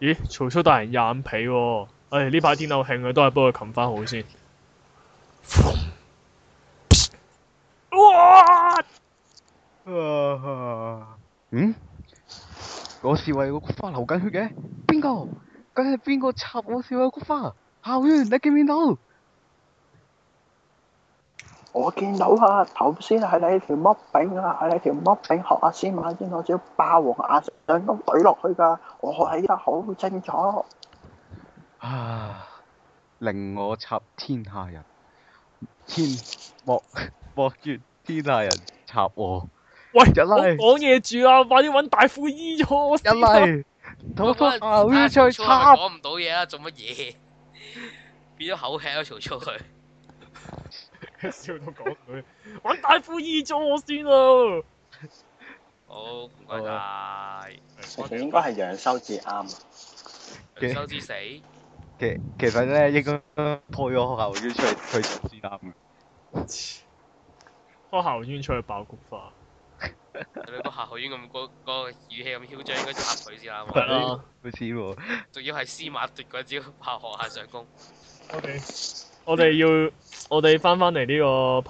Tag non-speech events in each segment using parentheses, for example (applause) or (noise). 咦，曹操大人廿五皮喎、唉，呢排天口慶啊，都係幫佢冚翻好先。哇！啊嗯？我侍衛個菊花流緊血嘅，邊個？梗係邊個插我侍衛個菊花？校園，你見唔見到？我見到啊，頭先係你條乜餅啊，係你條乜餅學阿司馬遷攞招霸王壓上咁懟落去㗎，我睇得好清楚。啊！令我插天下人，天莫莫怨天下人插我。喂一我拉講嘢住啊，快啲揾大夫醫咗我先一啦。嚟，土咁花啊校啊園再曹操插係咪講唔到嘢啦，做乜 (laughs) 嘢？變咗口吃咯，曹操佢。 (laughs) 笑到講唔到嘢，揾大夫醫咗我先啊！好，唔該晒。其實應該係楊修至啱。楊修之死，其其實咧，應該破咗校園出嚟推陳先啱嘅。開校園出去爆菊花，你個夏侯淵咁嗰嗰個語氣咁囂張，應該插佢先啦。係啦。好似喎，仲要係司馬奪嗰招拍學下上攻， O K，我哋要我哋翻翻嚟呢個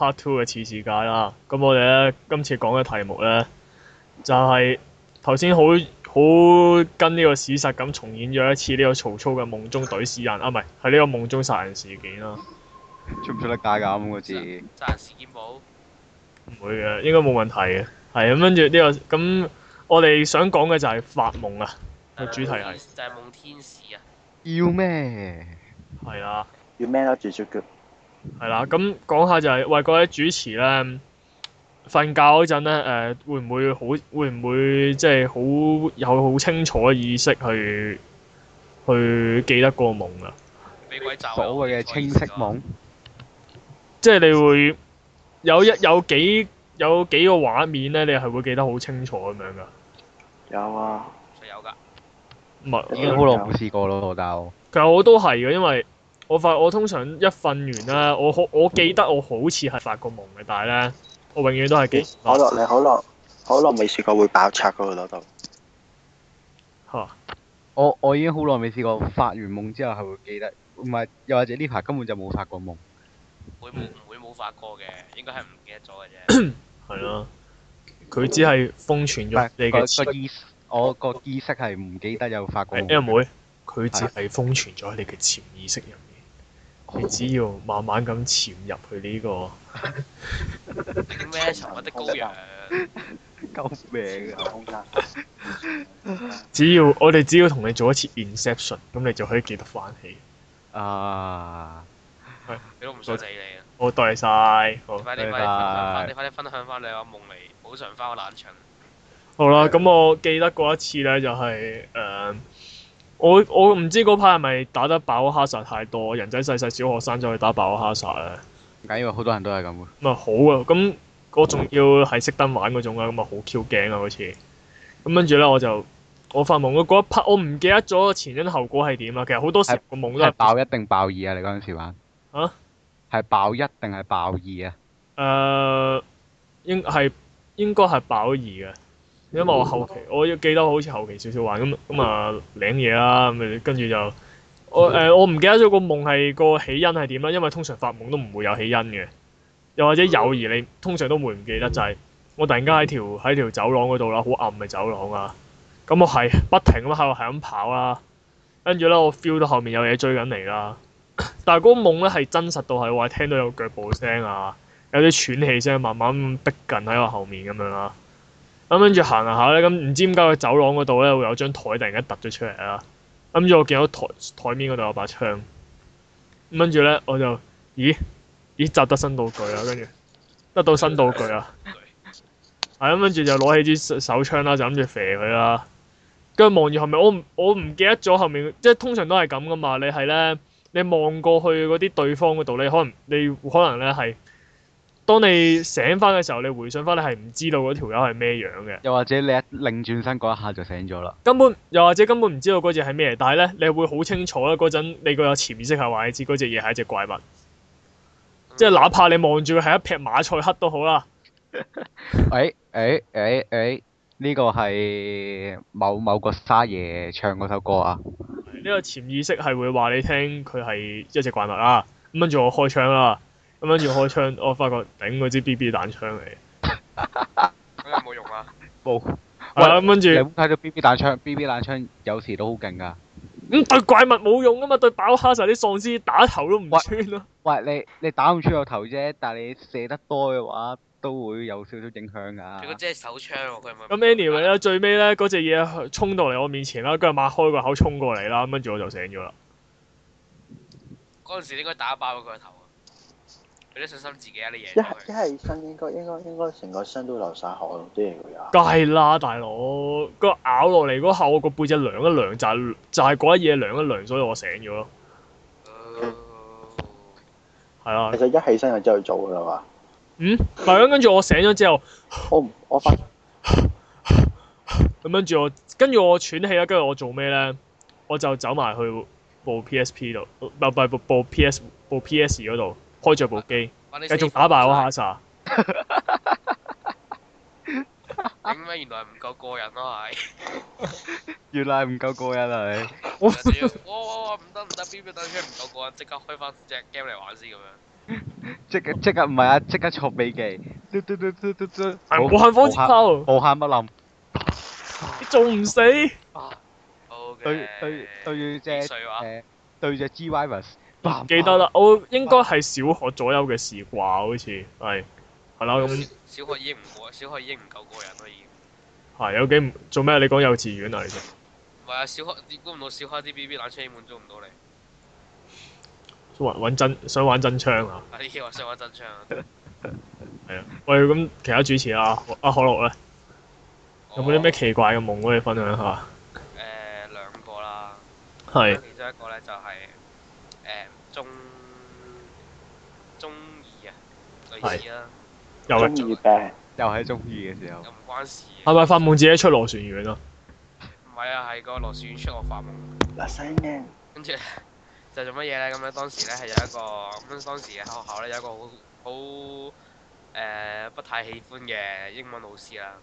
part two 嘅次世界啦。咁我哋咧今次講嘅題目咧就係頭先好好跟呢個史實咁重演咗一次呢個曹操嘅夢中懟死人啊，唔係係呢個夢中殺人事件啦。出唔出得街㗎咁嗰字？暫時見冇。唔會嘅，應該冇問題嘅。係咁跟住呢個咁，我哋想講嘅就係發夢啊，個 Ờ, 主題係就係夢天使啊！要咩？係啊啦。要咩咯？住住腳。係啦，咁講下就係、喂各位主持咧，瞓覺嗰陣咧，誒、會唔會好會唔會即係好有好清楚嘅意識去去記得個夢啊？俾鬼罩啊所謂嘅清晰。夢，即係你會有一有幾有幾個畫面咧，你係會記得好清楚咁樣噶。有啊。就有㗎，唔係已經好耐冇試過咯，但係其實我都係嘅，因為我發我通常一瞓完咧，我好我記得我好似係發過夢嘅，但係咧我永遠都係記咦唔可到樂你可樂，可樂未試過會爆拆嗰個嗰度。嚇我我已經好耐未試過發完夢之後係會記得，唔係又或者呢排根本就冇發過夢。會冇唔會冇發過嘅？應該係唔記得咗嘅啫。係啦，佢只係封存咗但你係嘅個思個意識我個意識係唔記得有發過係夢。妹，啊佢只係封存咗喺你嘅潛意識入面。你只要慢慢咁潛入去呢、個，啲咩沉默的羔羊？救命啊！空間。只要我哋只要同你做一次 inception，咁你就可以記得翻起。啊！你都唔想理你啊！好多謝晒，好快啲快啲分享翻，你快啲分享翻你個夢嚟補償翻我冷場。好啦，咁我記得嗰一次咧，就係、呃我我唔知嗰排係咪打得爆哈薩太多，人仔細細小學生就去打爆哈薩咧，唔緊要，好多人都係咁嘅。咁啊好啊，咁我仲要係熄燈玩嗰種啊，咁啊好 Q 驚啊嗰次，咁跟住咧我就我發夢，我嗰一 part 我唔記得咗前因後果係點啊啦，其實好多時係個夢都係係爆一定爆二啊！你嗰陣時玩啊？係爆一定係爆二啊！誒、呃應係應該係飽兒嘅，因為我後期我要記得好似後期少少玩咁咁啊領嘢啦，咁啊跟住就我誒、我唔記得咗個夢係個起因係點啦，因為通常發夢都唔會有起因嘅，又或者有而你通常都會唔記得就係、我突然間喺條喺條走廊嗰度啦，好暗嘅走廊啊，咁我係不停咁喺度係咁跑啦，跟住咧我 feel 到後面有嘢追緊嚟啦，但係嗰個夢咧係真實到係話聽到有腳步聲啊。有啲喘氣聲，慢慢咁逼近喺我後面咁樣啦。咁跟住行行下咧，咁唔知點解個走廊嗰度咧會有張台突然間突咗出嚟啦。跟住我見到台台面嗰度有把槍，咁跟住咧我就咦咦執得新道具啦，跟住得到新道具啦，係咁跟住就攞起支手手槍啦，就諗住射佢啦。跟住望住後面，我唔我唔記得咗後面，即係通常都係咁噶嘛。你係咧，你望過去嗰啲對方嗰度，你可能你可能咧係。當你醒翻嘅時候，你回想翻，你係唔知道嗰條友係咩樣嘅，又或者你一擰轉身嗰一下就醒咗啦。根本又或者根本唔知道嗰只係咩，但係咧，你會好清楚啦。嗰陣你個有潛意識係話你知嗰隻嘢係一隻怪物，即係哪怕哎你望住佢係一劈馬賽克都好啦。誒誒誒誒，哎呢個係某某個沙爺唱嗰首歌啊，呢個潛意識係會話你聽佢係一隻怪物啦，咁跟住我開槍啦，咁跟住開槍， (laughs) 我發覺頂嗰支 BB 彈槍嚟，咁有冇用啊？冇。係啦，咁跟住你有冇睇到 B B 彈槍？B B 彈槍有時都好勁噶。咁嗯對怪物冇用啊嘛，對飽蝦就係啲喪屍打頭都唔穿啊咯。喂，你你打唔出個頭啫，但係你射得多嘅話，都會有少少影響佢嗰㗎。只係手槍喎，佢係咪？咁 anyway 咧，最尾咧嗰只嘢衝到嚟我面前啦，跟住擘開個口衝過嚟啦，咁跟住我就醒咗啦。嗰陣時應該打爆咗佢個頭啊！俾啲信心自己啊，你贏一咗係一佢。係身應該應該應該成個身都流晒汗啲嘢㗎呀。梗係啦，大佬，個咬落嚟嗰下，我個背脊涼一涼，就係、就係嗰一嘢涼一涼，所以我醒咗咯。哦係啊其，實一起身就真係做㗎啦嘛。嗯，但係咁跟住我醒咗之後，我唔我發咁跟住我跟住我喘氣啦，跟住我做咩咧？我就走埋去部 PSP 度，唔係唔係部部 PS 部 PS 嗰度開着部機，玩啲繼 safe 續打敗我哈薩。頂咩？原來唔夠過癮咯，係。原來唔夠過癮啊！你我仲要哇哇哇！唔得唔得，邊邊等出唔夠過癮，即刻開翻只 game 嚟玩先咁樣。即刻即刻唔係啊！即刻錯秘技。嘟嘟嘟嘟嘟嘟無限火之炮，無限不冧。你仲唔死？好嘅。對對對住幾隻歲話？誒對住 G Virus。記得啦，我應該係小學左右嘅事啩，好似係係啦，咁小學已經唔過，小學已經唔夠過癮咯，已經。係有幾唔做咩？你講幼稚園啊？其實唔係啊，小學估唔到小學啲 B B 冷槍已經滿足唔到你。玩玩真想玩真槍啊？啊！呢啲我想玩真槍啊。係啊，喂，咁其他主持啊，阿可樂咧，有冇啲咩奇怪嘅夢可以分享下？我？誒呃兩個啦。係咁其中一個咧就係、誒、中中二啊，類似啦，又係中意病，又係中意嘅時候又。唔關事嘅。係咪發夢自己出螺旋丸啊？ (laughs) 唔係啊，係個螺旋出我發夢，嗱聲嘅，跟住就做乜嘢咧？咁樣當時咧係有一個咁當時嘅學校咧有一個好好誒不太喜歡嘅英文老師啦。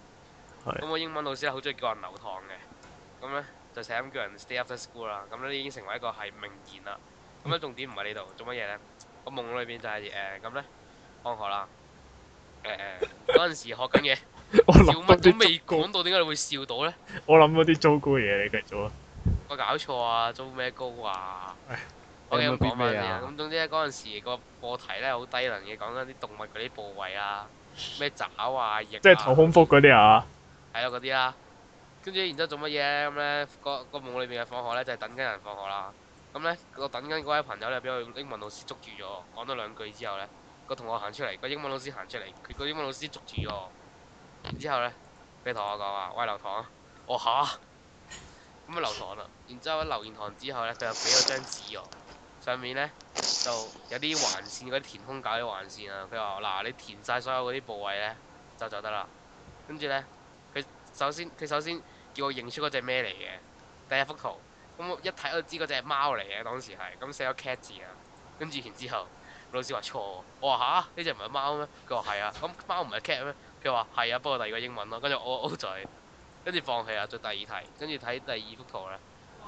係咁我英文老師咧好中意叫人留堂嘅，咁咧就成日咁叫人 stay after school 啦。咁咧已經成為一個係名言啦。咁咧重點唔係呢度，做乜嘢咧？我夢裏邊就係誒呃咁咧放學啦。誒誒嗰陣時學緊嘢，我笑諗乜到都啲未講到，點解你會笑到咧？我諗嗰啲糟糕嘢，你繼續啊。我搞錯啊，租咩高啊唉？我咁講翻你有冇啲咩先啊啊。咁總之咧，嗰陣時個課題咧好低能嘅，講緊啲動物嗰啲部位啊，咩爪啊、翼啊，即係頭空腹嗰啲啊，係咯嗰啲啦。跟住然之後做乜嘢咧？咁咧個個夢裏邊嘅放學咧就係等緊人放學啦。咁咧我等緊嗰位朋友咧，俾我英文老師捉住咗，講咗兩句之後咧，個同學行出嚟，個英文老師行出嚟，佢個英文老師捉住咗我。然之後咧，佢同我講話：喂，留堂啊！我吓，咁啊留堂啦。然之後留完堂之後咧，佢又俾咗張紙我，上面咧就有啲橫線，嗰啲填空搞啲橫線啊。佢話：嗱，你填晒所有嗰啲部位咧，就就得啦。跟住咧，佢首先佢首先叫我認出嗰只咩嚟嘅，第一幅圖。咁我一睇都知嗰只係貓嚟嘅，當時係咁寫咗 cat 字啊。跟住然之後，老師話錯喎，我話吓，呢只唔係貓咩？佢話係啊，咁貓唔係 cat 咩？佢話係啊，不過第二個英文咯。跟住我 O 嘴，跟住放棄啦，做第二題，跟住睇第二幅圖咧，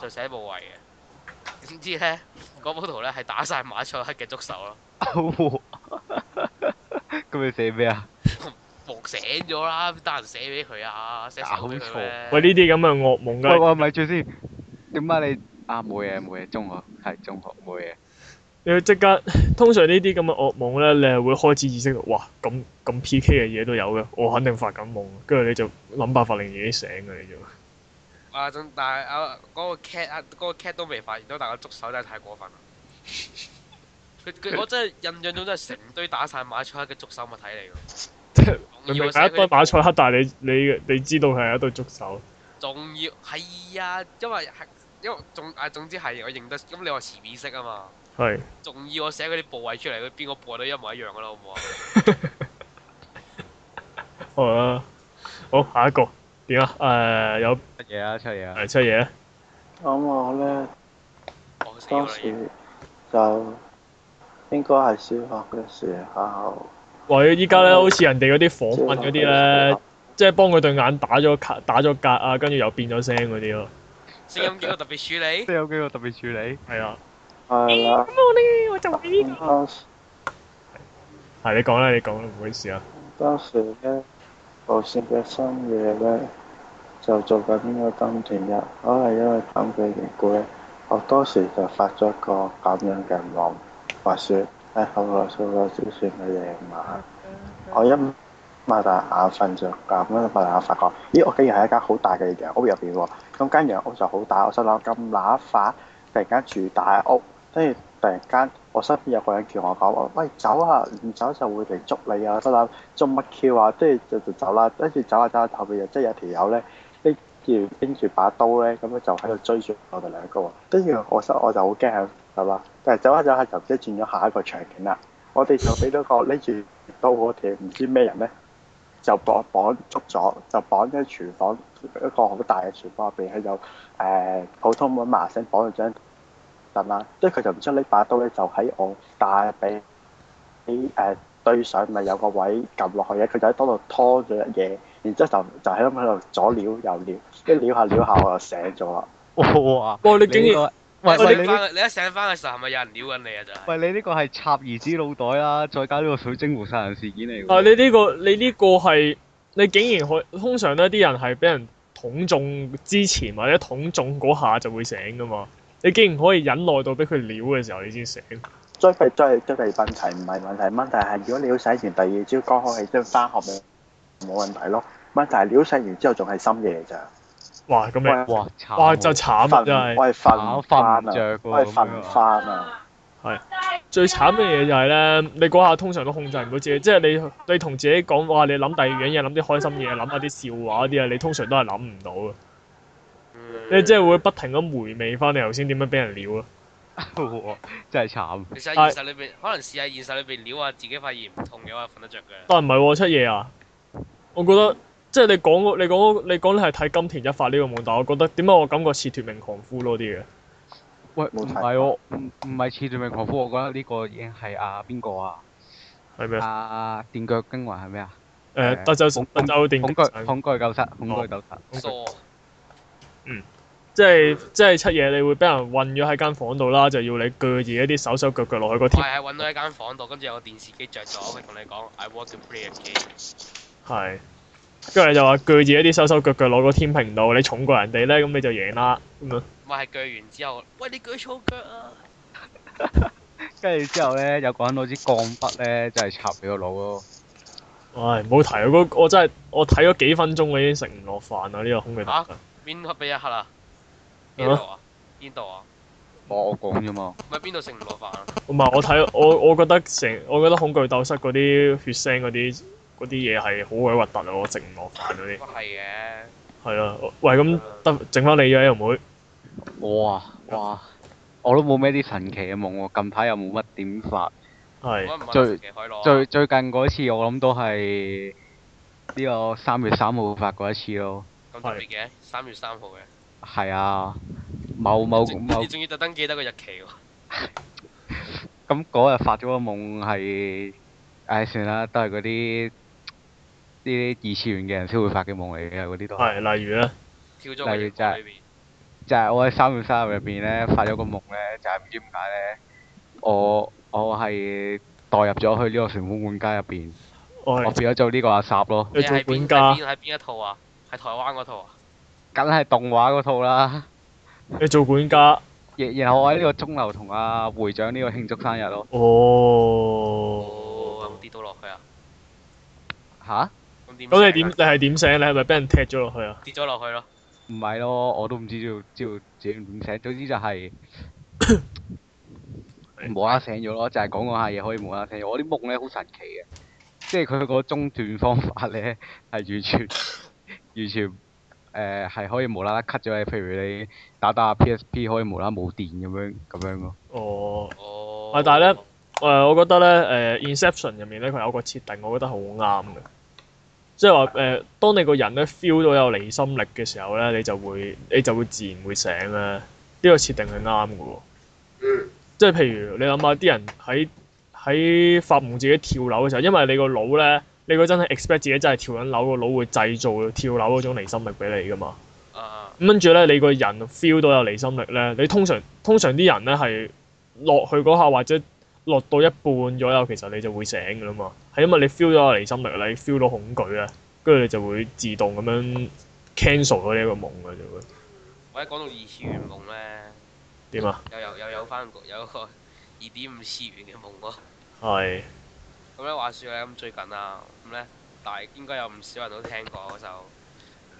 就寫部位嘅。點知咧，嗰幅圖咧係打晒馬賽克嘅觸手咯， (laughs) 咁你寫咩啊？木醒咗啦，邊得人寫俾佢啊？寫手俾佢咩喂呢啲咁嘅噩夢喂嘅，喂，咪住先。點解你啊冇嘢冇嘢？中學係中學冇嘢。你要即刻。 (laughs) 通常呢啲咁嘅噩夢咧，你係會開始意識到，哇咁咁 P K 嘅嘢都有嘅，我肯定發緊夢，啊跟住你就諗辦法令自己醒嘅，你就。啊真，但係啊嗰個 cat 啊嗰個 cat 都未發現到，但係個觸手真係太過分啦。佢 (laughs) 佢我真係印象中真係成堆打晒馬賽克嘅觸手物體 (laughs) 嚟㗎。明明係一堆馬賽克，但係你你你知道佢係一堆觸手， (laughs) 仲要係啊，因為係因為總啊總之係我認得，咁你話潛意識啊嘛，係仲要我寫嗰啲部位出嚟，佢邊個部位都一模一樣噶啦，好唔好啊？好啦。好，下一個點啊？誒、有出嘢啊！出嘢啊！誒出嘢啊咁我咧我死咗 (laughs) 當啦時就已經，應該係小學嘅時候。喂，依家咧好似人哋嗰啲訪問嗰啲咧，即係幫佢對眼打咗卡打咗格啊，跟住又變咗聲嗰啲咯。聲音幾個特別處理即。係有幾個特別處理。係啊，係啦，咧我就係呢當時個。係你講啦，你講啦，唔好意思啊。當時咧，無線嘅深夜咧就做緊呢個金田日，可能因為咁嘅緣故咧，我當時就發咗個咁樣嘅夢，話哎説喺後來數個小説嘅夜晚，我一擘大眼瞓着覺，咁樣擘大眼發覺，咦！我竟然喺一間好大嘅洋屋入邊喎，咁間洋屋就好大，我心諗咁乸化，突然間住大屋，跟住突然間我身邊有個人叫我講話，喂走啊，唔走就會嚟捉你啊！我心諗捉乜 Q 啊，跟住就就走啦，跟住走下走下後面又即係有條友咧。拎住拎住把刀咧，咁樣就喺度追住我哋兩個喎。跟住我心我就好驚係嘛？但係走下走下就唔知轉咗下一個場景啦。我哋就俾到個拎住刀嗰條唔知咩人咧，就綁綁捉咗，就綁咗廚房一個好大嘅廚房入邊，佢就誒、普通咁麻繩綁咗張凳啦。跟住佢就唔知拎把刀咧，就喺我大髀喺誒對上咪有個位撳落去嘅，佢就喺多度拖咗一嘢。然之後就就喺咁喺度左撩右撩，跟住撩下撩下我就醒咗啦。哇！哇！你你竟然呢個喂你喂一你呢醒翻，你一醒翻嘅時候係咪有人撩緊你啊？就係。喂你呢個係插兒子腦袋啦，再加呢個水晶湖殺人事件嚟啊！喎。你呢、個你呢個係你竟然可通常呢啲人係俾人捅中之前或者捅中嗰下就會醒噶嘛。你竟然可以忍耐到俾佢撩嘅時候你先醒，追佢追追佢問題唔係問題，問題係如果你要洗完第二朝剛好起身翻學咪冇問題咯。問題係撩洗完之後仲係深夜咋，哇咁樣，哇！慘哇就慘瞓啊真係。我係瞓慘瞓翻唔啊，着我喎。係咁瞓唔樣啊翻啊。最慘嘅嘢就係咧，你嗰下通常都控制唔到自己，即係你你同自己講哇，你諗第二樣嘢，諗啲開心嘢，諗下啲笑話啲啊，你通常都係諗唔到嘅。你即係。係會不停咁回味翻你頭先點樣俾人撩啊！哇 (laughs) 真係慘。其實喺現實裏邊，可能試下現實裏邊撩下自己發現唔痛嘅話，瞓得着嘅。但唔係喎，出嘢啊！我覺得即係你講嗰你講嗰你講你係睇金田一發呢個夢，但我覺得點解我感覺似脱命狂夫多啲嘅？喂，冇唔睇係我唔唔係似奪命狂夫，我覺得呢個已經係啊邊個啊？係咩？誒、啊電鋸驚魂係咩啊？誒特就恐特就電哦恐懼恐懼救失，恐懼救失。傻。即係即係出嘢，你會俾人韞咗喺間房度啦，就要你鋸自己啲手手腳腳落去個我天。係揾到一間房度，跟住有個電視機着咗，佢同你講：I want to play a game。係。跟住你就話鋸自己啲手手腳腳落個天平度，你重過人哋咧，咁你就贏啦咁樣。唔啊係鋸完之後，喂你鋸錯腳啊！跟住之後咧，有個人攞支鋼筆咧，就係插你個腦咯。唉，唔好提啊嗰個我真係我睇咗幾分鐘，我已經食唔落飯啦！呢、個空氣啊特邊個俾一刻啊？邊度啊？邊度啊？我我講啫嘛。唔係邊度食唔落飯啊？唔係我睇我我覺得成我覺得恐懼鬥室嗰啲血腥嗰啲嗰啲嘢係好鬼核突啊！我食唔落飯嗰啲都啊係嘅。係啦，喂咁得整翻你嘅又唔會哇哇！我都冇咩啲神奇嘅夢喎，近排又冇乜點發。係我唔最係食嘅海螺啊。最最近嗰次我諗都係呢個三月三號發過一次咯。咁特別嘅，三月三號嘅。係啊，某某某你仲要特登記得個日期喎。咁嗰日發咗個夢係，唉算啦，都係嗰啲啲二次元嘅人先會發嘅夢嚟嘅，嗰啲都係。係例如咧跳咗個例如月就係光裏邊。就係我喺三月三日入邊咧發咗個夢咧，就係、唔知點解咧，我我係代入咗去呢個旋風管家入邊，我我係變咗做呢個阿霎咯，你你做喺邊管家喺，邊喺邊一套啊？喺台灣嗰套啊？梗係動畫嗰套啦。你做管家然然後我喺呢個鐘樓同阿會長呢個慶祝生日咯。哦，有哦冇。跌到落去啊？吓？咁點咁你點醒啊你係點醒？你係咪俾人踢咗落去啊？跌咗落去咯？唔係咯，我都唔知道知道自己點醒，總之就係無啦啦醒咗咯，就係講講下嘢可以無啦啦醒咗。我啲夢咧好神奇嘅，即係佢個中斷方法咧係完全完全誒係、可以無啦啦 cut 咗你，譬如你打打下 PSP 可以無啦啦冇電咁樣咁樣咯。哦。哦。啊但係呢誒、我覺得咧，誒、Inception》入面咧，佢有個設定，我覺得好啱嘅，即係話誒，當你個人咧 feel 到有離心力嘅時候咧，你就會你就會自然會醒咧。呢、個設定係啱嘅喎。即係譬如你諗下啲人喺喺發夢自己跳樓嘅時候，因為你個腦咧，你嗰陣係 expect 自己真係跳緊樓，個腦會製造跳樓嗰種離心力俾你噶嘛。啊啊咁跟住咧，你個人 feel 到有離心力咧，你通常通常啲人咧係落去嗰下或者落到一半左右，其實你就會醒噶啦嘛。係因為你 feel 到有離心力，你 feel 到恐懼咧，啊跟住你就會自動咁樣 cancel 咗呢一個夢嘅就會或者講到二次元夢咧，點啊？又有又有翻個有一個二點五次元嘅夢喎。係咁咧話説咧，咁最近啦，咁咧大應該有唔少人都聽過嗰首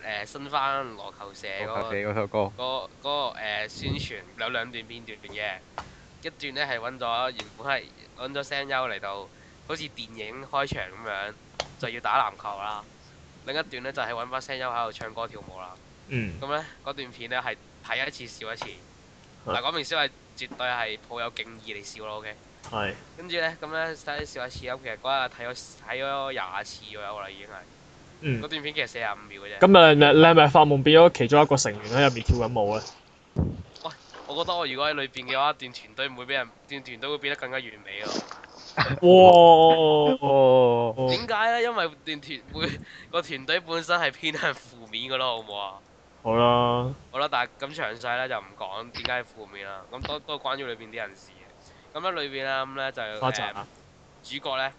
誒新翻羅球社我嗰頭個寫嗰首歌，嗰嗰個誒宣傳有兩段片段嘅，一段咧係揾咗原本係揾咗聲優嚟到，好似電影開場咁樣，就要打籃球啦。另一段咧就係揾翻聲優喺度唱歌跳舞啦。嗯咁咧嗰段片咧係睇一次笑一次，啊嗱講明先係絕對係抱有敬意嚟笑咯，OK。係跟住咧，咁咧睇笑一次咁，其實嗰日睇咗睇咗廿次左右啦，已經係嗯嗰。段片其實四十五秒嘅啫。咁啊，你你係咪發夢變咗其中一個成員喺入邊跳緊舞咧？啊我覺得我如果喺裏邊嘅話，段團隊唔會俾人段團隊會變得更加完美咯。哇！哦，點解咧？因為段團會 (laughs) 個團隊本身係偏向負面嘅咯，好唔好啊？好啦，好啦，但係咁詳細咧就唔講點解係負面啦。咁都都關於裏邊啲人事嘅。咁喺裏邊啦，咁咧就花澤誒啊，主角咧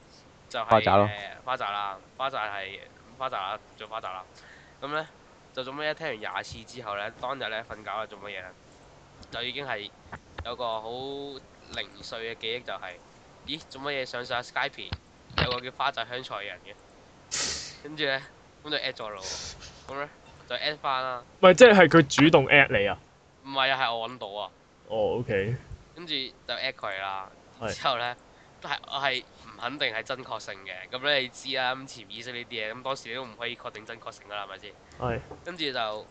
就係、花澤咯誒花澤啦，花澤係花澤啦，做花澤啦。咁咧就做乜嘢？聽完廿次之後咧，當日咧瞓覺咧啊做乜嘢咧？就已經係有個好零碎嘅記憶、就係咦做乜嘢上上 Skype 有個叫花澤香菜嘅人嘅，跟住咧咁就 at 咗咯喎，咁咧就 at 翻啦。唔係即係佢主動 at 你啊？唔係啊，係我揾到啊，哦，OK，跟住就 at 佢啦。係之後咧，都係我係唔肯定係真確性嘅。咁你知啦，咁潛意識呢啲嘢，咁當時你都唔可以確定真確性噶啦，係咪先？係跟住就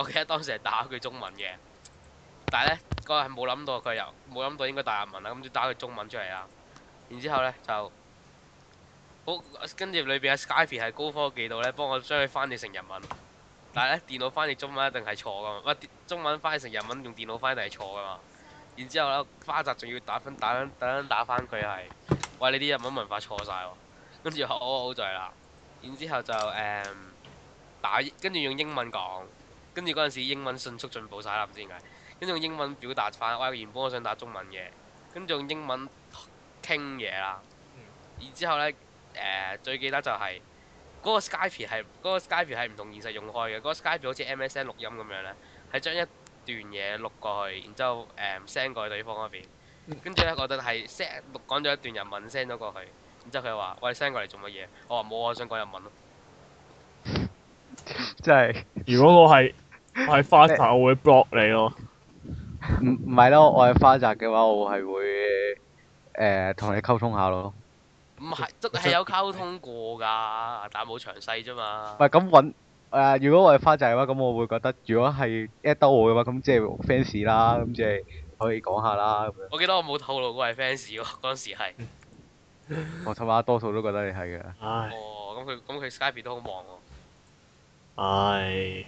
我記得當時係打佢中文嘅，但係咧嗰日係冇諗到佢又冇諗到應該打日文啦，咁就打佢中文出嚟啦。然之後咧就好跟住裏邊嘅 Skype 係高科技度咧，幫我將佢翻譯成日文。但係咧電腦翻譯中文一定係錯噶嘛，喂中文翻譯成日文用電腦翻譯係錯噶嘛。然之後咧花澤仲要打分打翻打翻打翻佢係，喂你啲日文文化錯晒喎。跟住好好在啦，然之後就誒。打，跟住用英文講，跟住嗰陣時英文迅速進步晒啦，唔知點解。跟住用英文表達翻，我原本我想打中文嘅，跟住用英文傾嘢啦。然之後呢，誒、最記得就係、嗰、個 Skype 係嗰、個 Skype 係唔同現實用開嘅，嗰、個 Skype 好似 MSN 錄音咁樣呢，係將一段嘢錄過去，然之後誒 send、過去對方嗰邊。跟住呢，我覺得係 send 錄講咗一段日文 send 咗過去，然之後佢話：喂 send 過嚟做乜嘢？我話冇，啊我想講日文咯。即係如果我係我係花澤，我會 block 你咯。唔唔係咯，我係花澤嘅話，我係會誒同你溝通下咯。唔係，即係有溝通過㗎，但係冇詳細啫嘛唔。係咁揾誒，如果我係花仔嘅話，咁我會覺得，如果係 at 到我嘅話，咁即係 fans 啦，咁即係可以講下啦咁樣。我記得我冇透露過係 fans 喎， (laughs) 嗰陣時係。嗯我他媽多數都覺得你係嘅。唉哦，咁佢咁佢 Skype 都好忙唉，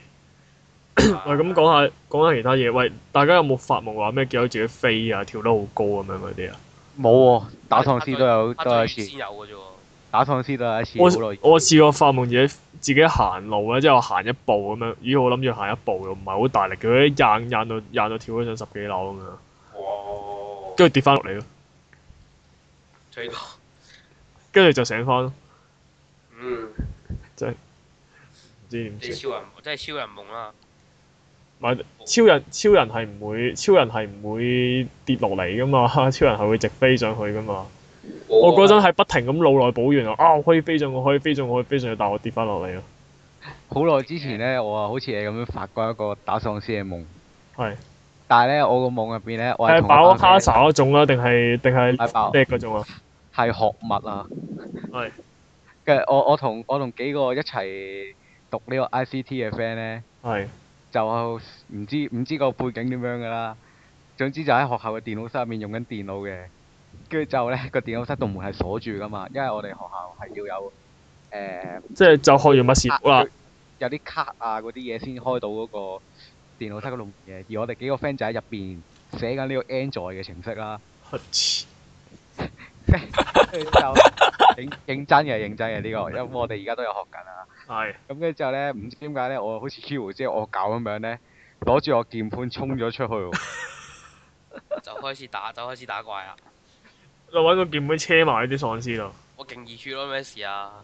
喎。喂，咁講下講下其他嘢。喂，大家有冇發夢話咩叫到自己飛啊，跳得好高咁樣嗰啲啊？冇喎，打喪屍都有啊都有一最次，先有嘅啫喎。打喪屍都有一次，我好耐以前。我試過發夢自己自己行路啊咧，即係我行一步咁樣，咦？我諗住行一步又唔係好大力嘅，佢一掗掗到掗到跳咗上十幾樓咁樣，哇！跟住跌翻落嚟咯，最高。跟住就醒翻咯，嗯，唔知點即算係。超人，即係超人夢啦。唔係超人，超人係唔會，超人係唔會跌落嚟噶嘛，超人係會直飛上去噶嘛。我嗰陣係不停咁腦內補完啊，啊我可以飛上去，我可以飛上去，我可以飛上去，但我跌翻落嚟咯。啊好耐之前咧，我啊好似你咁樣發過一個打喪屍嘅夢，係但係咧我個夢入邊咧，我係係同爆我哈班 s 嗰種啊，定係定係係爆叻嗰種啊？係學物啊，係跟住我我同我同幾個一齊讀呢個 I C T 嘅 friend 咧。係就唔知唔知個背景點樣㗎啦。總之就喺學校嘅電腦室入面用緊電腦嘅，跟住就呢個電腦室度門係鎖住㗎嘛，因為我哋學校係要有誒、呃即係就學完密啊事啦。有啲卡啊嗰啲嘢先開到嗰個電腦室嗰度門嘅，而我哋幾個 friend 就喺入邊寫緊呢個 Android 嘅程式啦。黐跟住之後 (laughs) 認認真嘅認真嘅呢個，因為我哋而家都有學緊啊。係咁跟住之後咧，唔知點解咧，我好似 Q 即係我搞咁樣咧，攞住我鍵盤衝咗出去喎。就開始打就開始打怪啦。就揾個鍵盤車埋喺啲喪屍度，我勁易血咯，咩事啊？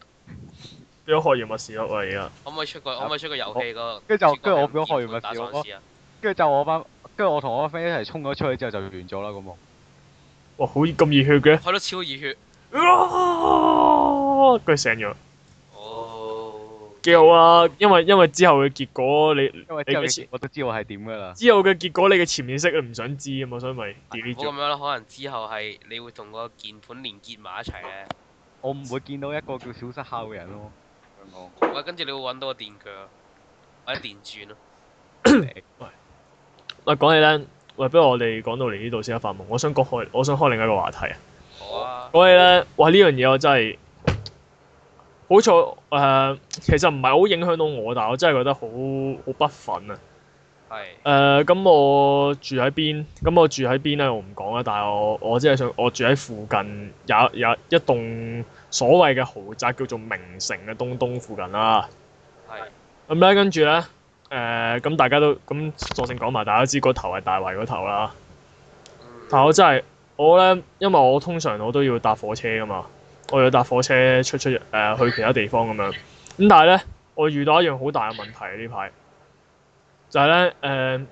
變咗學業密事咯，我而家。可唔可以出個可唔可以出個遊戲個？跟住就主跟角住啊我係變咗唔學完打物事喪屍啊！跟住就我班，跟住我同我個 friend 一齊衝咗出去之後就完咗啦咁喎。哇！好咁熱血嘅，係咯，超易血。啊佢醒咗，哦，幾好啊！因為因為之後嘅結果，你因為你之後嘅其前實我都知道係點㗎啦。之後嘅結果，你嘅潛意識你唔想知啊嘛，所以咪 delete 唔好咁咗。樣啦，可能之後係你會同個鍵盤連結埋一齊咧。我唔會見到一個叫小失效嘅人咯。咁講喂，跟住你會揾到個電鋸或者電鑽咯。喂，講起咧，喂，不如我哋講到嚟呢度先啦，發夢。我想講開，我想開另一個話題啊。好啊，講起咧，哇！呢樣嘢我真係好彩誒、呃其實唔係好影響到我，但係我真係覺得好好不忿啊！係誒、咁我住喺邊？咁我住喺邊咧？我唔講啦。但係我我只係想，我住喺附近有有一棟所謂嘅豪宅，叫做明城嘅東東附近啦。係咁咧，跟住咧，誒、咁大家都咁索性講埋，大家都知嗰頭係大圍嗰頭啦。嗯但係我真係我咧，因為我通常我都要搭火車噶嘛，我要搭火車出出誒、呃去其他地方咁樣。咁但係咧，我遇到一樣好大嘅問題啊呢排，就係咧誒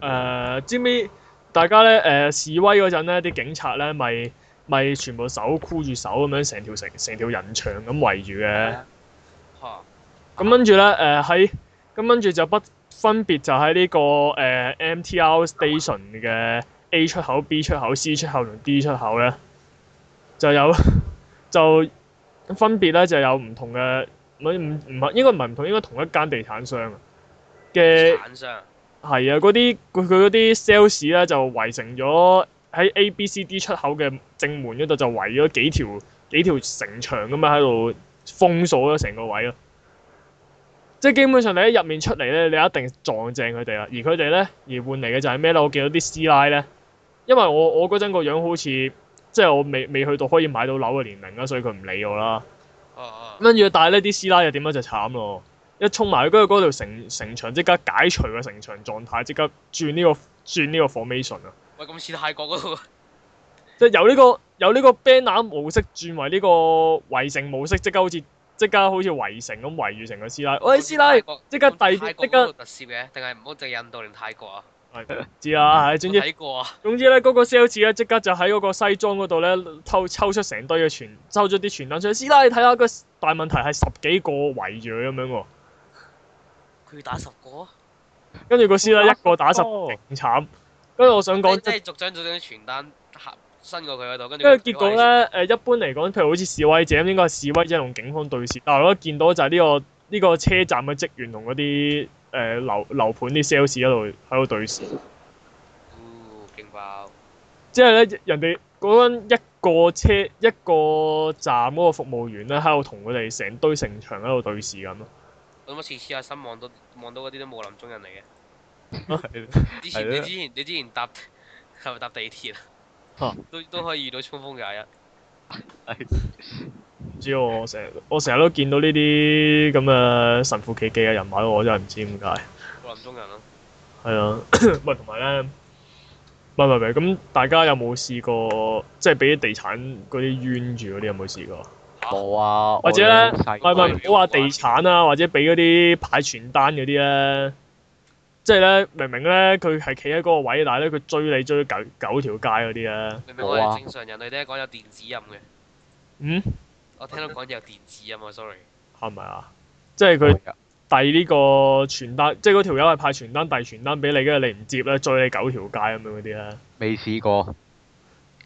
誒，知唔知大家咧誒、示威嗰陣咧，啲警察咧咪咪全部手箍住手咁樣，成條成成條人牆咁圍住嘅。嚇咁跟住咧，誒喺咁跟住就不分別就喺呢、個誒、呃 MTR station 嘅 A 出口、B 出口、C 出口同 D 出口咧，就有 (laughs) 就分別咧就有唔同嘅，唔係唔唔係應該唔係唔同，應該同一間地產商啊嘅產商係啊，嗰啲佢佢嗰啲 sales 咧就圍成咗喺 A、B、C、D 出口嘅正門嗰度就圍咗幾條幾條城牆咁樣喺度封鎖咗成個位咯。即係基本上你喺入面出嚟咧，你一定撞正佢哋啦。而佢哋咧，而換嚟嘅就係咩咧？我見到啲師奶咧，因為我我嗰陣個樣好似即係我未未去到可以買到樓嘅年齡啦，所以佢唔理我啦。哦哦跟住，但係呢啲師奶又點樣就慘咯！一衝埋去，跟住嗰條城城牆即刻解除個城牆狀態，即刻轉呢、個轉呢個 formation 啊！喂，咁似泰國嗰度即係由呢、個由呢個 banner 模式轉為呢個圍城模式，即刻好似即刻好似圍城咁圍住成個師奶。喂，師奶，即刻遞泰國即刻嗰度特攝嘅，定係唔好淨係印度定泰國啊？知啦，係總我之睇過啊，總之咧，嗰、個 sales 咧即刻就喺嗰個西裝嗰度咧偷抽出成堆嘅傳，抽咗啲傳單出嚟。師奶，你睇下個大問題係十幾個圍住佢咁樣喎，佢要打十個啊！跟住個師奶一個打十，哦勁慘。跟住我想講即。係逐張逐張傳單嚇伸過佢嗰度，跟住跟住結果咧，誒、一般嚟講，譬如好似示威者咁，應該係示威者同警方對峙。但係我一見到就係呢、個呢、個車站嘅職員同嗰啲誒樓樓盤啲 sales 一路喺度對峙。哦，勁爆！之後咧，人哋嗰陣一個車一個站嗰個服務員咧，喺度同佢哋成堆城牆喺度對視咁咯。我乜次次阿心望到望到嗰啲都冇林中人嚟 (laughs) 嘅。係之前係你咯之前你之前搭 (laughs) 係咪搭地鐵嚇啊？都都可以遇到衝鋒廿一。唔知我成日我成日都見到呢啲咁嘅神乎其技嘅人物，我真係唔知點解。冇林中人咯，係啊， (coughs) 喂，同埋咧，唔係唔係唔係，咁大家有冇試過，即係俾啲地產嗰啲冤住嗰啲有冇試過？唔冇啊，或者咧我哋好細係唔個係，唔好話地產啊，或者俾嗰啲派傳單嗰啲咧，即係咧明明咧佢係企喺嗰個位，但係咧佢追你追九九條街嗰啲咧，明明我冇啊哋正常人類咧講有電子音嘅，嗯，我聽到講有電子音啊，sorry。係咪啊？即係佢遞呢個傳單，即係嗰條友係派傳單遞傳單俾你，跟住你唔接咧，追你九條街咁樣嗰啲咧，未試過，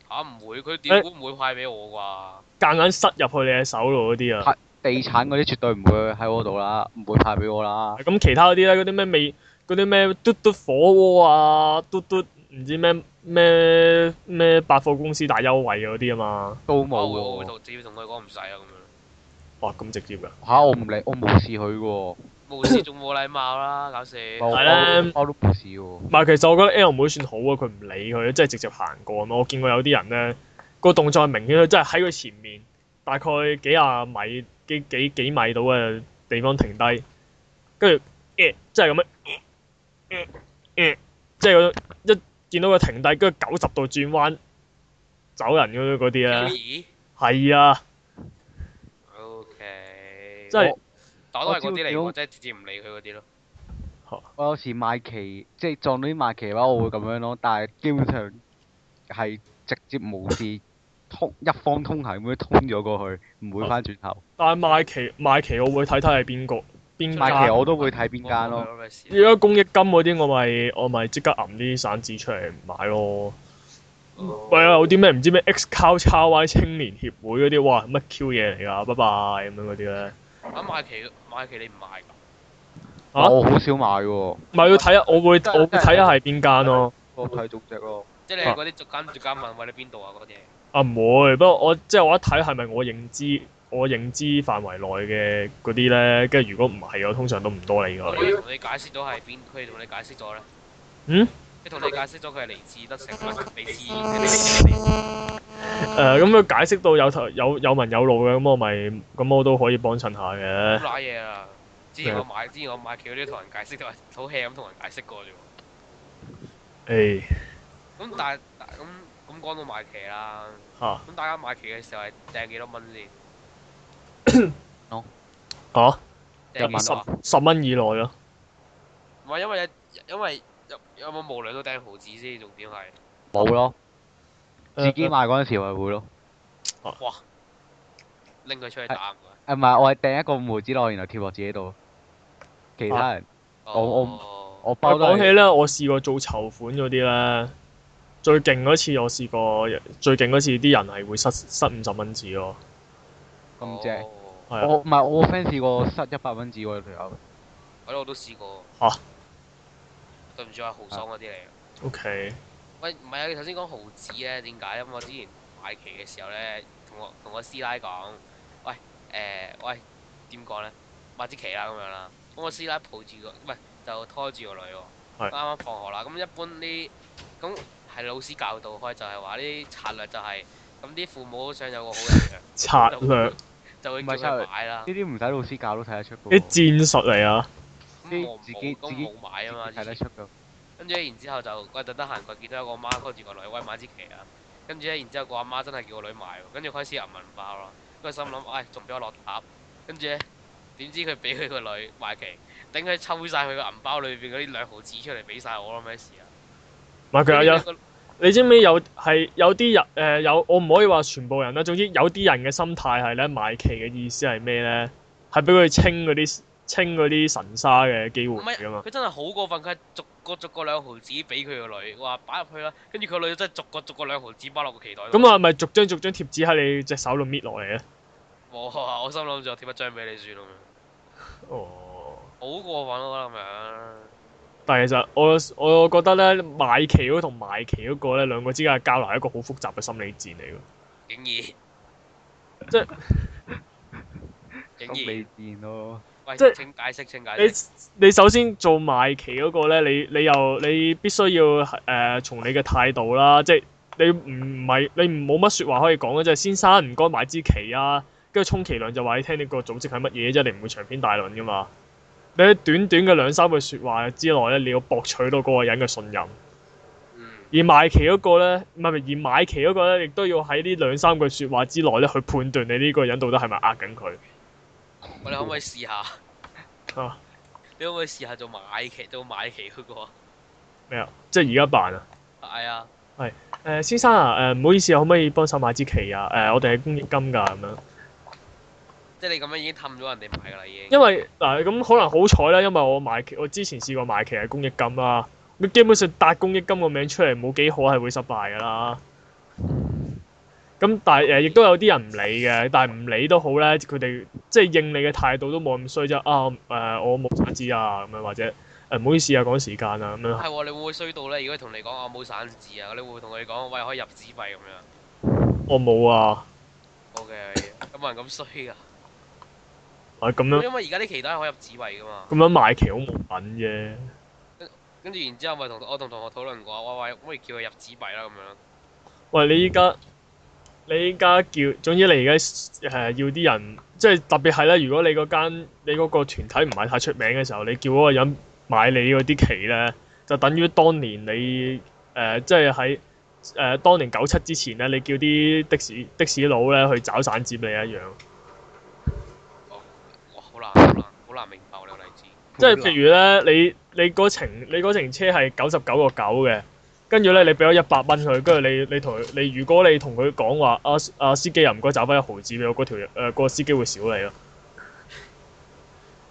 嚇唔會，佢點估唔會派俾我啩？夾硬塞入去你嘅手度嗰啲啊！地產嗰啲絕對唔會喺我度啦，唔會派俾我啦。啊咁其他嗰啲咧，嗰啲咩味，嗰啲咩嘟嘟火鍋啊，嘟嘟唔知咩咩咩百貨公司大優惠嗰啲啊嘛，都我會我冇會喎同直接同佢講唔使啦咁樣。哇咁直接㗎，嚇！我唔理，我無視佢喎，無視仲冇禮貌啦，搞笑。我係啦我都無視喎。唔係其實我覺得 L 妹算好啊，佢唔理佢，即係直接行過啊嘛。我見過有啲人咧，個動作係明顯，佢真係喺佢前面大概幾廿米幾幾幾米到嘅地方停低，跟住誒即係咁樣，誒誒即係嗰種一見到佢停低，跟住九十度轉彎走人嗰啲嗰啲咧，咦係啊， ？OK，真係但我都係嗰啲嚟我喎，知即係直接唔理佢嗰啲咯。我有時賣旗，即係撞到啲賣旗嘅話，我會咁樣咯。但係基本上係直接無視通一方通行咁樣通咗過去，唔哦會翻轉頭。但係賣旗賣旗，我會睇睇係邊個邊嗯賣旗間。我都會睇邊間咯。關我咩事如果公益金嗰啲，我咪我咪即刻揞啲散紙出嚟買咯。哦喂啊，有啲咩唔知咩 X 交叉 Y 青年協會嗰啲，哇乜 Q 嘢嚟㗎？拜拜咁樣嗰啲咧，啊買旗買旗你唔買㗎？啊我好少買喎，唔係要睇下，我會哦真係我會睇下係邊間咯。我睇中隻咯。即係你係嗰啲逐間逐間問喂你邊度啊嗰啲。啊唔會，不過我即係我一睇係咪我認知我認知範圍內嘅嗰啲咧，跟住如果唔係，我通常都唔多理哦我佢。同你解釋咗係邊，佢同你解釋咗咧。嗯？佢同你解釋咗佢係嚟自德城，唔係嚟自嗯嚟誒咁佢解釋到有頭有有文有路嘅，咁我咪咁我都可以幫襯下嘅自。拉嘢啊！之前我買，之前我買佢嗰啲同人解釋都係好 hea 咁同人解釋過啫誒喎。咁但係但咁咁講到買旗啦，哦嚇咁大家買旗嘅時候係掟幾多蚊先？嚇掟幾多啊？十十蚊以內咯。唔係因為因為有有冇無良都掟毫子先，重點係冇咯，誒自己買嗰陣時係會咯。拎佢出去打唔該。誒唔係，我係掟一個梅子落，然後跳落自己度。其他人啊我我我包都講起係咧，我試過做籌款嗰啲咧，最勁嗰次我試過，最勁嗰次啲人係會塞塞五十蚊紙咯，咁正。哦係啊，我唔係我 friend 試過塞一百蚊紙喎，條友。係咯，我都試過。嚇對唔住啊，豪爽嗰啲嚟嘅。 OK，喂，唔係啊，你頭先講毫子咧，點解？因為我之前買旗嘅時候咧，同我同我師奶講，喂，誒、喂，點講咧？買支旗啦咁樣啦。咁我師奶抱住個，唔係就拖住個女喎。係啱啱放學啦，咁一般啲咁係老師教導開，就係話啲策略就係、咁啲父母想有個好印象， (laughs) 策略就會唔叫係策略佢買啦。呢啲唔使老師教都睇得出嘅啲喎，戰術嚟啊，咁我自己冇，咁自己冇買啊嘛。睇得之前出嘅。跟住咧，然之後就嗰日特登行過，見到有個媽拖住個女，喂買支旗啊！跟住咧，然之後個阿媽真係叫個女買喎，跟住開始銀銀包咯。跟住心諗，唉，仲俾我落塔。跟住咧，點知佢俾佢個女買旗，頂佢抽晒佢個銀包裏邊嗰啲兩毫紙出嚟俾晒我咯，咩事啊？唔係啊佢有有，跟住你知唔知有係有啲人誒、有，我唔可以話全部人啦，總之有啲人嘅心態係咧買旗嘅意思係咩咧？係俾佢清嗰啲清嗰啲神沙嘅機會個女唔嚟㗎嘛係，佢真係好過分，佢係逐個逐個兩毫紙俾佢個女，話擺入去啦。跟住佢個女真係逐個逐個兩毫紙包落個旗袋度。咁啊，係咪逐張逐張貼紙喺你隻手度搣落嚟啊？哇！我心諗就貼一張俾你算啦，哦。好過分咯咁樣。但係其實我我覺得咧買旗嗰個同賣旗嗰個咧兩個之間嘅交流係一個好複雜嘅心理戰嚟嘅。竟然，即係竟咁然未，見咯，喂，即係請解釋，請解釋，你你首先做賣旗嗰個咧，你你又你必須要誒、呃、從你嘅態度啦，即係你唔唔係你唔冇乜説話可以講嘅，即係先生唔該買支旗啊，跟住充其量就話你聽你個組織係乜嘢啫，你唔會長篇大論噶嘛。你喺短短嘅兩三句説話之內咧，你要博取到嗰個人嘅信任。嗯，而買旗嗰個咧，唔係唔係而買旗嗰個咧，亦都要喺呢兩三句説話之內咧，去判斷你呢個人到底係咪呃緊佢。我哋可唔可以試下？啊你可唔可以試下做買旗，做買旗嗰個啊？咩啊？即係而家辦啊！係啊，誒、先生啊，誒、唔好意思啊，可唔可以幫手買支旗啊？誒、我哋係公益金㗎咁樣。即係你咁樣已經氹咗人哋買㗎啦，已經。因為嗱咁、可能好彩啦，因為我買旗，我之前試過買旗係公益金啦。你基本上搭公益金個名出嚟冇幾可係會失敗㗎啦。咁但係呃誒，亦、都有啲人唔理嘅，但係唔理都好咧，佢哋即係應你嘅態度都冇咁衰啫。啊誒、我冇散紙啊咁樣，或者誒唔、好意思啊，趕時間啊咁樣。係喎，你會唔會衰到咧？如果佢同你講我冇散紙啊，你會唔會同佢講喂可以入紙幣咁樣我冇啊， ？OK，有冇人咁衰係㗎？啊咁樣因為而家啲旗都係可以入紙幣㗎嘛。咁樣買旗好冇品啫。跟住然之後咪同我同同學討論過，喂喂，不如叫佢入紙幣啦咁樣。喂，你依家你依家叫，總之你而家誒要啲人，即係特別係咧，如果你嗰間你嗰個團體唔係太出名嘅時候，你叫嗰個人買你嗰啲旗咧，就等於當年你誒、呃即係喺誒當年九七之前咧，你叫啲的士的士佬咧去找散接你一樣。哇，好難好難好難明白呢個例子。即係譬如咧，你你嗰程你嗰程車係九十九個九嘅，跟住咧你俾咗一百蚊佢，跟住你你同佢你如果你同佢講話啊啊司機又唔該找翻一毫子俾我，嗰條誒、呃個司機會少你咯。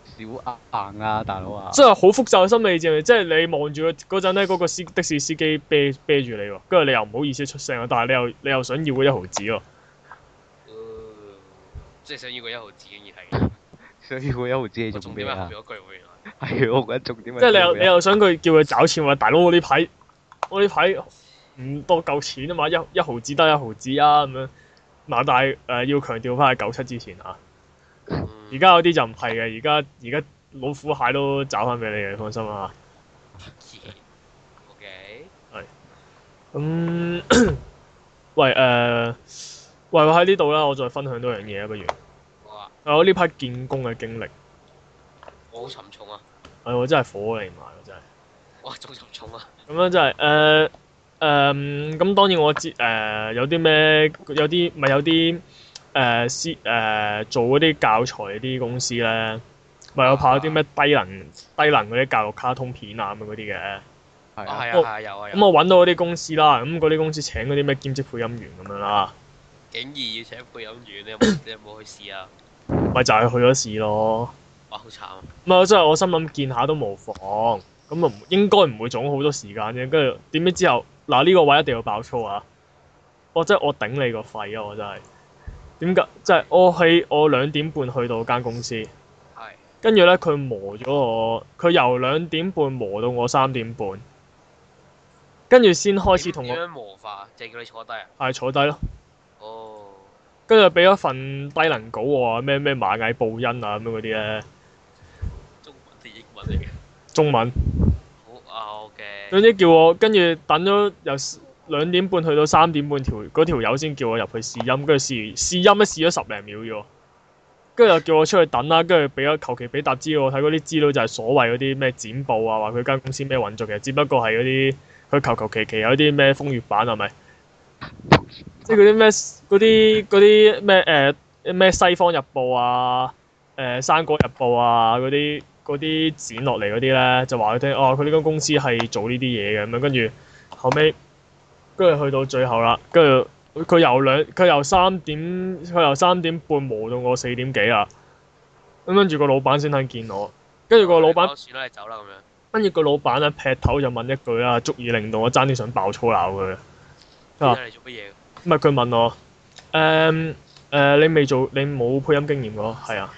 小硬啊，大佬啊！即係好複雜嘅心理戰，即係你望住佢嗰陣咧，嗰、個司的士司機啤啤住你喎，跟住你又唔好意思出聲啊，但係你又你又想要嗰一毫子喎。呃即係想要個一毫子， (laughs) 竟然係。所以我一毫子你個做重咩點係後啊面？嗰句喎，原來。係我覺得重點係即係你又做咩你啊又想佢叫佢找錢話，大佬我呢排我呢排唔多夠錢啊嘛，一一毫子得一毫子啊咁樣。嗱，但係誒、呃要強調翻係九七之前啊，嗯而家有啲就唔係嘅，而家而家老虎蟹都找翻俾你嘅，放心啊。 OK，咁、喂誒、呃喂我喺呢度啦，我再分享多樣嘢啊，不如啊哇，我呢排見工嘅經歷，係、我好沉重啊，我真係火嚟埋，我真係。哇，仲沉重啊，咁樣就係誒誒咁當然我知誒、呃有啲咩有啲咪有啲誒師誒做嗰啲教材啲公司咧，咪有拍嗰啲咩低能低能嗰啲教育卡通片啊咁樣嗰啲嘅。係啊啊，係啊哦係啊有啊有咁啊，我揾到嗰啲公司啦，咁嗰啲公司請嗰啲咩兼職配音員咁樣啦，竟然要請配音員，你有冇你有冇去試啊？咪就係去咗試咯。哇，好慘啊，唔係，即係我心諗見下都無妨，咁啊唔應該唔會總好多時間啫。跟住點知之後，嗱呢、個位一定要爆粗啊！我真係我頂你個肺啊！我真係點解？ (laughs) 即係我喺我兩點半去到間公司，係跟住咧佢磨咗我，佢由兩點半磨到我三點半，跟住先開始點同點我樣磨化，就係啊叫你坐低啊，係坐低咯。哦，跟住俾咗份低能稿我啊，咩咩螞蟻報恩啊咁樣嗰啲咧，中文定英文嚟嘅，中文。好啊 OK，總之叫我跟住等咗由兩點半去到三點半條嗰條友先叫我入去試音，跟住試試音咧試咗十零秒啫喎，跟住又叫我出去等啦，跟住俾咗求其俾沓資料我睇，嗰啲資料就係所謂嗰啲咩剪報啊，話佢間公司咩運作嘅，只不過係嗰啲佢求求其其有啲咩風月版係咪？即係嗰啲咩嗰啲嗰啲咩誒咩西方日報啊，誒、生果日報啊嗰啲嗰啲剪落嚟嗰啲咧，就話佢聽哦，佢呢間公司係做呢啲嘢嘅咁樣，跟住後尾跟住去到最後啦，跟住佢由兩佢由三點佢由三點半磨到我四點幾啊，咁跟住個老闆先肯見我，跟住個老闆哦算啦，你走啦咁樣，跟住個老闆咧劈頭就問一句啦，足以令到我爭啲想爆粗鬧佢。啊咁你做乜嘢？唔係佢問我，誒、誒、你未做，你冇配音經驗喎，係啊。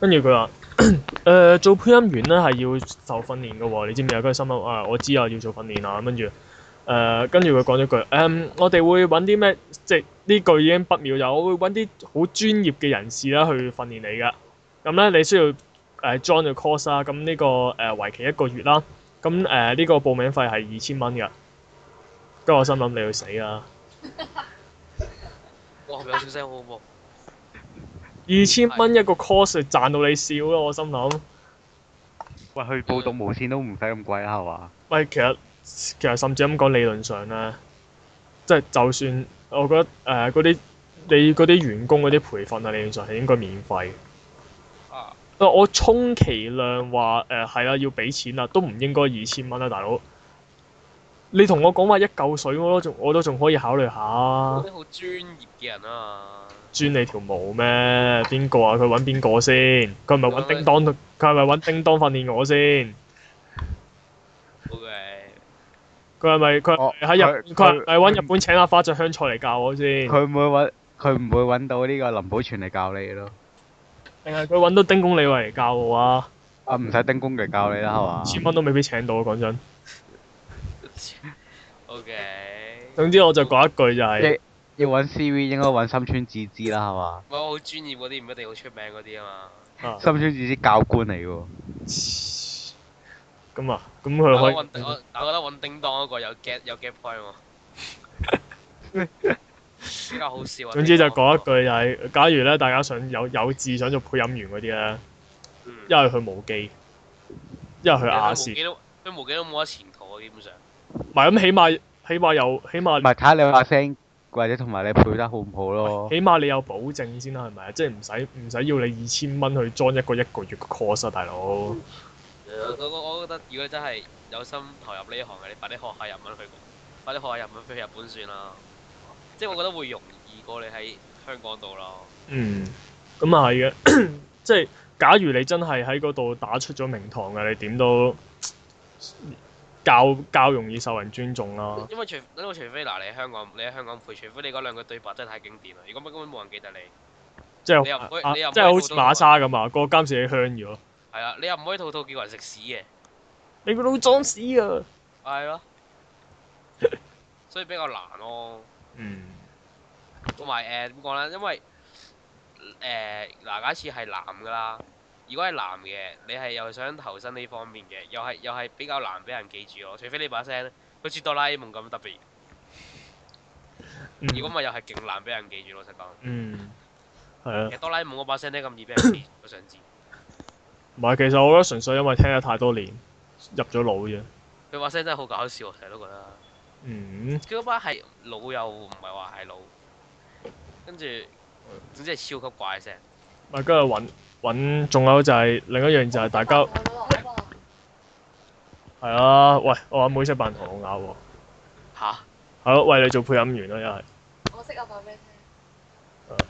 跟住佢話， (clears throat) 誒、做配音員咧係要受訓練嘅喎，你知唔知啊？跟住心諗啊，我知啊，要做訓練啊。跟住誒，跟住佢講咗句，誒、嗯我哋會揾啲咩，即係呢句已經不妙就，我會揾啲好專業嘅人士啦去訓練你㗎。咁咧你需要誒、join 呃個 course 啦，咁呢、個誒、為期一個月啦。咁誒呢個報名費係二千蚊㗎。跟住我心諗你要死啦！哇，後面有笑聲好恐怖，二千蚊一個 course 賺到你笑咯，我心諗。喂，去報道無線都唔使咁貴啊啦，係嘛？喂，其實其實甚至咁講理論上咧，即係就算我覺得誒嗰啲你嗰啲員工嗰啲培訓啊，理論上係應該免費。啊，啊我充其量話誒係啦，要俾錢啦，都唔應該二千蚊啦，大佬。你同我講話一嚿水，我都仲我都仲可以考慮嗰下。啲好專業嘅人啊嘛， (laughs) 專你條毛咩？邊個啊？佢揾邊個先？佢係咪揾叮當？佢係咪揾叮當訓練我先？ ，OK，佢係咪佢係哦咪喺日佢佢係咪佢嗯揾日本請阿花隻香菜嚟教我先？佢唔會揾，佢唔會揾到呢個林保全嚟教你咯。定係佢揾到丁公李慧嚟教我啊？啊，唔使丁工具教你啦，係嘛？千蚊都未必請到，講真。 OK，總之我就講一句就係、要揾 CV 應該揾深川智之啦，係嘛？唔係我好專業嗰啲，唔一定好出名嗰啲啊啊深川智之教官嚟嘅咁啊，喎，咁嘛。佢我可揾以 (laughs) 我我覺得揾叮當嗰個有 get 有 get point 喎。比較好笑啊。總之就呢個講一句就係、假如咧大家想有有志想做配音員嗰啲咧，嗯一係去無記，一係去亞視無，記都都無記都冇得前途啊，基本上。唔係咁起碼起碼有起唔碼係睇下你把聲，或者同埋你配得好唔 (laughs) 好咯。起碼你有保證先啦，係咪啊？即係唔使唔使要你二千蚊去裝一個一個月嘅 course 啊，大佬。我我我覺得如果真係有心投入呢行嘅，你快啲學下日文去，快啲學下日文飛去日本算啦。即係我覺得會容易過你喺香港度咯。嗯，咁啊係嘅， (coughs) 即係假如你真係喺嗰度打出咗名堂嘅，你點都較較容易受人尊重啊啦、因為除因為除非嗱你喺香港你喺香港配，除非你嗰兩句對白真係太經典啦，啊如果乜根本冇人記得你。即你又唔可以係啊你又唔可以即係好似做到馬沙咁啊，個監視器香咗，係啊，你又唔可以套套叫人食屎嘅，你個腦裝屎啊！係咯。所以比較難咯。嗯，同埋誒呃點講咧？因為誒嗱，假設係男噶啦，如果係男嘅，你係又想投身呢方面嘅，又係又係比較難俾人記住咯。除非你把聲好似哆啦 A 夢咁特別，嗯如果咪又係勁難俾人記住。老實講，嗯，係啊其，實哆啦 A 夢嗰把聲咧咁易俾人 (coughs) 記住，我想知。唔係其實我覺得純粹因為聽咗太多年，入咗腦啫。佢把聲真係好搞笑，我成日都覺得。嗯，佢嗰把係老又唔係話係老，跟住總之係超級怪聲。咪跟住揾揾，仲有就係、另一樣就係大家係啊，喂，我阿妹識扮唐老鴨喎，吓？係咯，喂你做配音員啦，又係。我識啊，話俾你聽。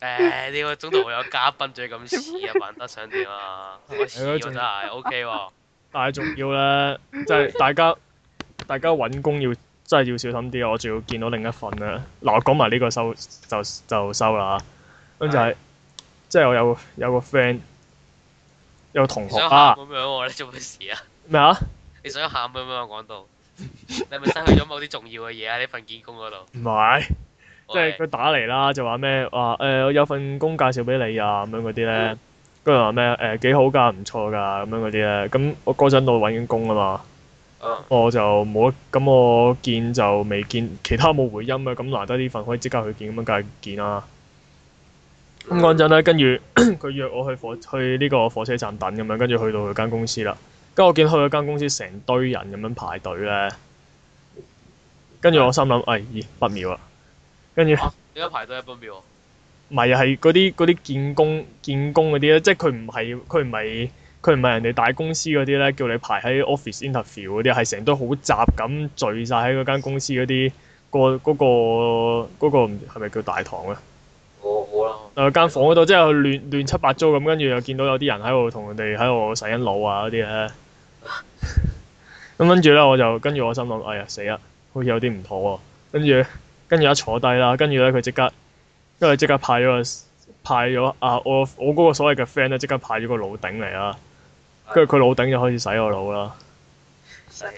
誒呢個中途會有嘉賓最咁似啊，扮得想點 (laughs) 啊？我似喎真係 OK 喎，但係仲要 (laughs) 咧，即係大家大家揾工要真係要小心啲啊！我仲要見到另一份咧。嗱，我講埋呢個收就就收啦嚇。咁就係、即係我有有個 friend 有個同學想喊啊，咁樣喎，你做咩事啊？ (laughs) 咩啊？你想喊咁樣啊講到，你係咪失去咗某啲重要嘅嘢啊？呢份見工嗰度，唔係，即係喂佢打嚟啦，就話咩話誒，我有份工介紹俾你啊，咁樣嗰啲咧。跟住話咩誒幾好㗎，唔錯㗎，咁樣嗰啲咧。咁我嗰陣我揾緊工啊嘛。嗯我就冇得咁，我見就未見其他冇回音啊。咁難得呢份可以即刻去見，咁樣梗係見啦。咁嗰陣咧，跟住 (clears throat) 佢約我去火去呢個火車站等咁樣，跟住去到佢間公司啦。跟住我見去佢間公司成堆人咁樣排隊咧，跟住我心諗，哎，咦，不妙啦！跟住啊點解排到一分秒？唔係啊，係嗰啲嗰啲建工建工嗰啲咧，即係佢唔係佢唔係佢唔係人哋大公司嗰啲咧，叫你排喺 office interview 嗰啲，係成堆好雜咁聚晒喺嗰間公司嗰啲個嗰、個嗰、個唔係咪叫大堂啊？我好啦，誒啊間房嗰度，即係亂亂七八糟咁，跟住又見到有啲人喺度同人哋喺度洗緊腦啊嗰啲咧。咁跟住咧，我就跟住我心諗，哎呀死啦，好似有啲唔妥喎、跟住跟住一坐低啦，跟住咧佢即刻，跟住即刻派咗個派咗啊我我嗰個所謂嘅 friend 咧，即刻派咗個老頂嚟啦。跟住佢老頂就開始洗我腦啦。死啦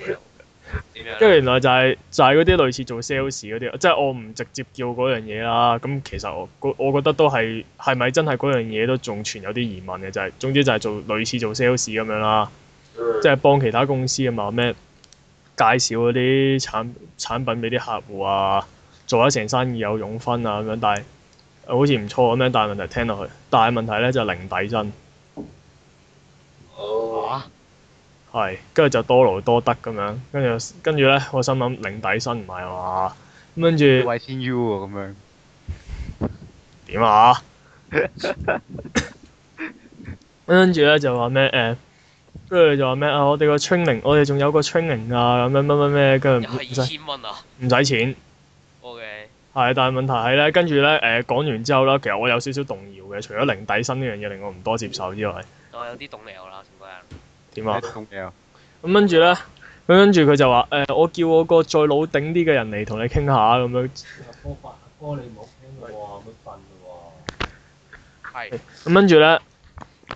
點樣啊跟住咧？原來就係、就係嗰啲類似做 sales 嗰啲，即係我唔直接叫嗰樣嘢啦。咁其實我我我覺得都係係咪真係嗰樣嘢都仲存有啲疑問嘅，就係、總之就係做類似做 sales 咁樣啦，即係幫其他公司啊嘛咩介紹嗰啲產產品俾啲客戶啊，做咗成生意有佣分啊咁樣，但係好似唔錯咁樣，但係問題聽落去，但係問題咧就係零底薪，哦，係跟住就多勞多得咁樣，跟住跟住咧我心諗零底薪唔係嘛，咁跟住。位先 U 喎咁樣。點啊？ (laughs) 跟住咧就話咩誒？跟住就話咩啊？我哋個 training，我哋仲有個 training 啊，咁樣乜乜咩，跟又住唔係二使千蚊啊唔使錢， ！OK，係，但係問題係咧，跟住咧誒講完之後啦，其實我有少少動搖嘅，除咗零底薪呢樣嘢令我唔多接受之外，我有啲動力我啦，成個人。點啊？咁樣。咁跟住咧，咁跟住佢就話誒、呃我叫我個再老頂啲嘅人嚟同你傾下咁樣，阿哥阿哥你唔好聽喎，唔好瞓喎。係咁跟住咧，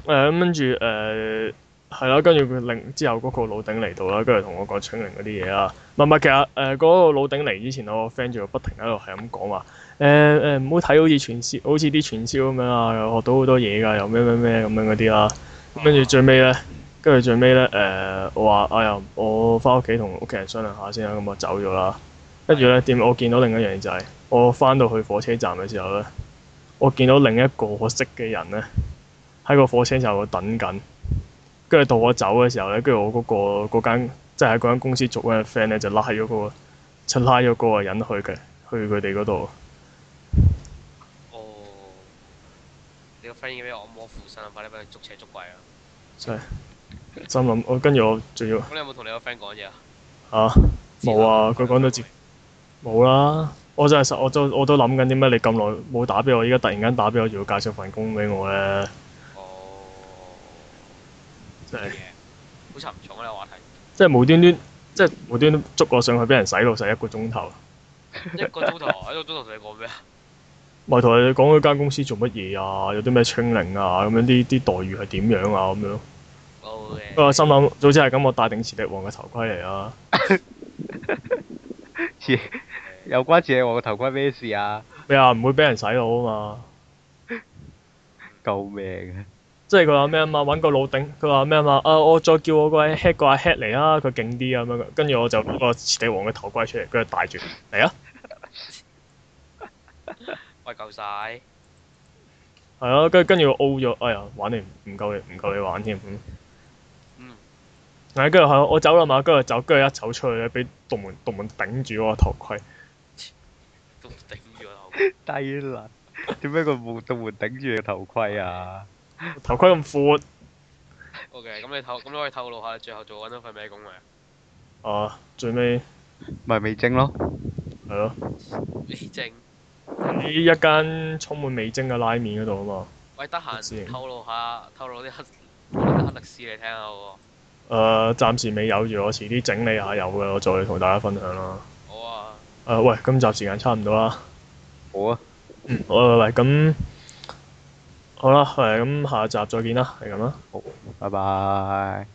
誒咁跟住誒係啦，跟住佢令之後嗰個老頂嚟到啦，跟住同我講清零嗰啲嘢啦。唔係唔係，其實誒嗰、個老頂嚟之前，我個 friend 仲要不停喺度係咁講話，誒誒唔好睇好似傳銷，好似啲傳銷咁樣啊，又學到好多嘢㗎，又咩咩咩咁樣嗰啲啦。咁跟住最尾咧，跟住最尾咧，誒、我話哎呀，我翻屋企同屋企人商量下先啦，啊咁我走咗啦。跟住咧，點我見到另一樣嘢就係、我翻到去火車站嘅時候咧，我見到另一個我識嘅人咧喺個火車站度等緊。跟住到我走嘅時候咧，跟住我嗰、個嗰間即係喺嗰間公司做嗰嘅 friend 咧，就拉咗嗰、個，就拉咗嗰個人去嘅，去佢哋嗰度。哦，你個 friend 已經俾我摸附身啦，快啲俾佢捉車捉鬼啊！真係心諗，我跟住我仲要咁你有冇同你個 friend 講嘢啊？啊冇啊，佢講到接冇啦。我真係實，我都我都諗緊點解你咁耐冇打俾我，依家突然間打俾我，仲要介紹份工俾我咧，哦，真係好沉重啊！呢個話題。即係無端端，即係無端端捉我上去俾人洗腦洗一個鐘頭。一個鐘頭啊，一個鐘頭同你講咩啊？咪同佢講嗰間公司做乜嘢啊，有啲咩清零啊，咁樣啲啲待遇係點樣啊，咁樣。冇嘅。 (laughs) 我心諗，早知係咁，我戴定磁力王嘅頭盔嚟啊！似 (laughs) 有關自己我個頭盔咩事啊？咩啊，唔會俾人洗腦啊嘛。救命啊！即係佢話咩啊嘛，揾個老頂，佢話咩啊嘛，啊我再叫我個 head 個阿 head 嚟啊，佢勁啲啊咁樣，跟住我就攞個磁地王嘅頭盔出嚟，跟住戴住嚟啊，喂，夠晒。係啊，跟跟住我 O 咗，哎呀，玩你唔唔夠你唔夠你玩添，咁嗯，係啊跟住係我走啦嘛，跟住走，跟住一走出去咧，俾獨門獨門頂住我個頭盔，都頂住個頭。低能，點解個門道門頂住個頭盔啊？頭盔咁闊 O K，咁你透，咁你可以透露下你最後做揾咗份咩工未啊？啊，最尾咪味精咯，係咯，你正。喺一間充滿味精嘅拉麵嗰度啊嘛。喂，得我知閒透露下，透露啲黑啲黑歷史嚟聽下誒、喎。暫時未有住，我遲啲整理下有嘅，我再同大家分享啦。好啊，誒、喂，今集時間差唔多啦。好啊，嗯，喂喂喂，咁好啦，係咁下集再見啦，係咁啦。拜拜。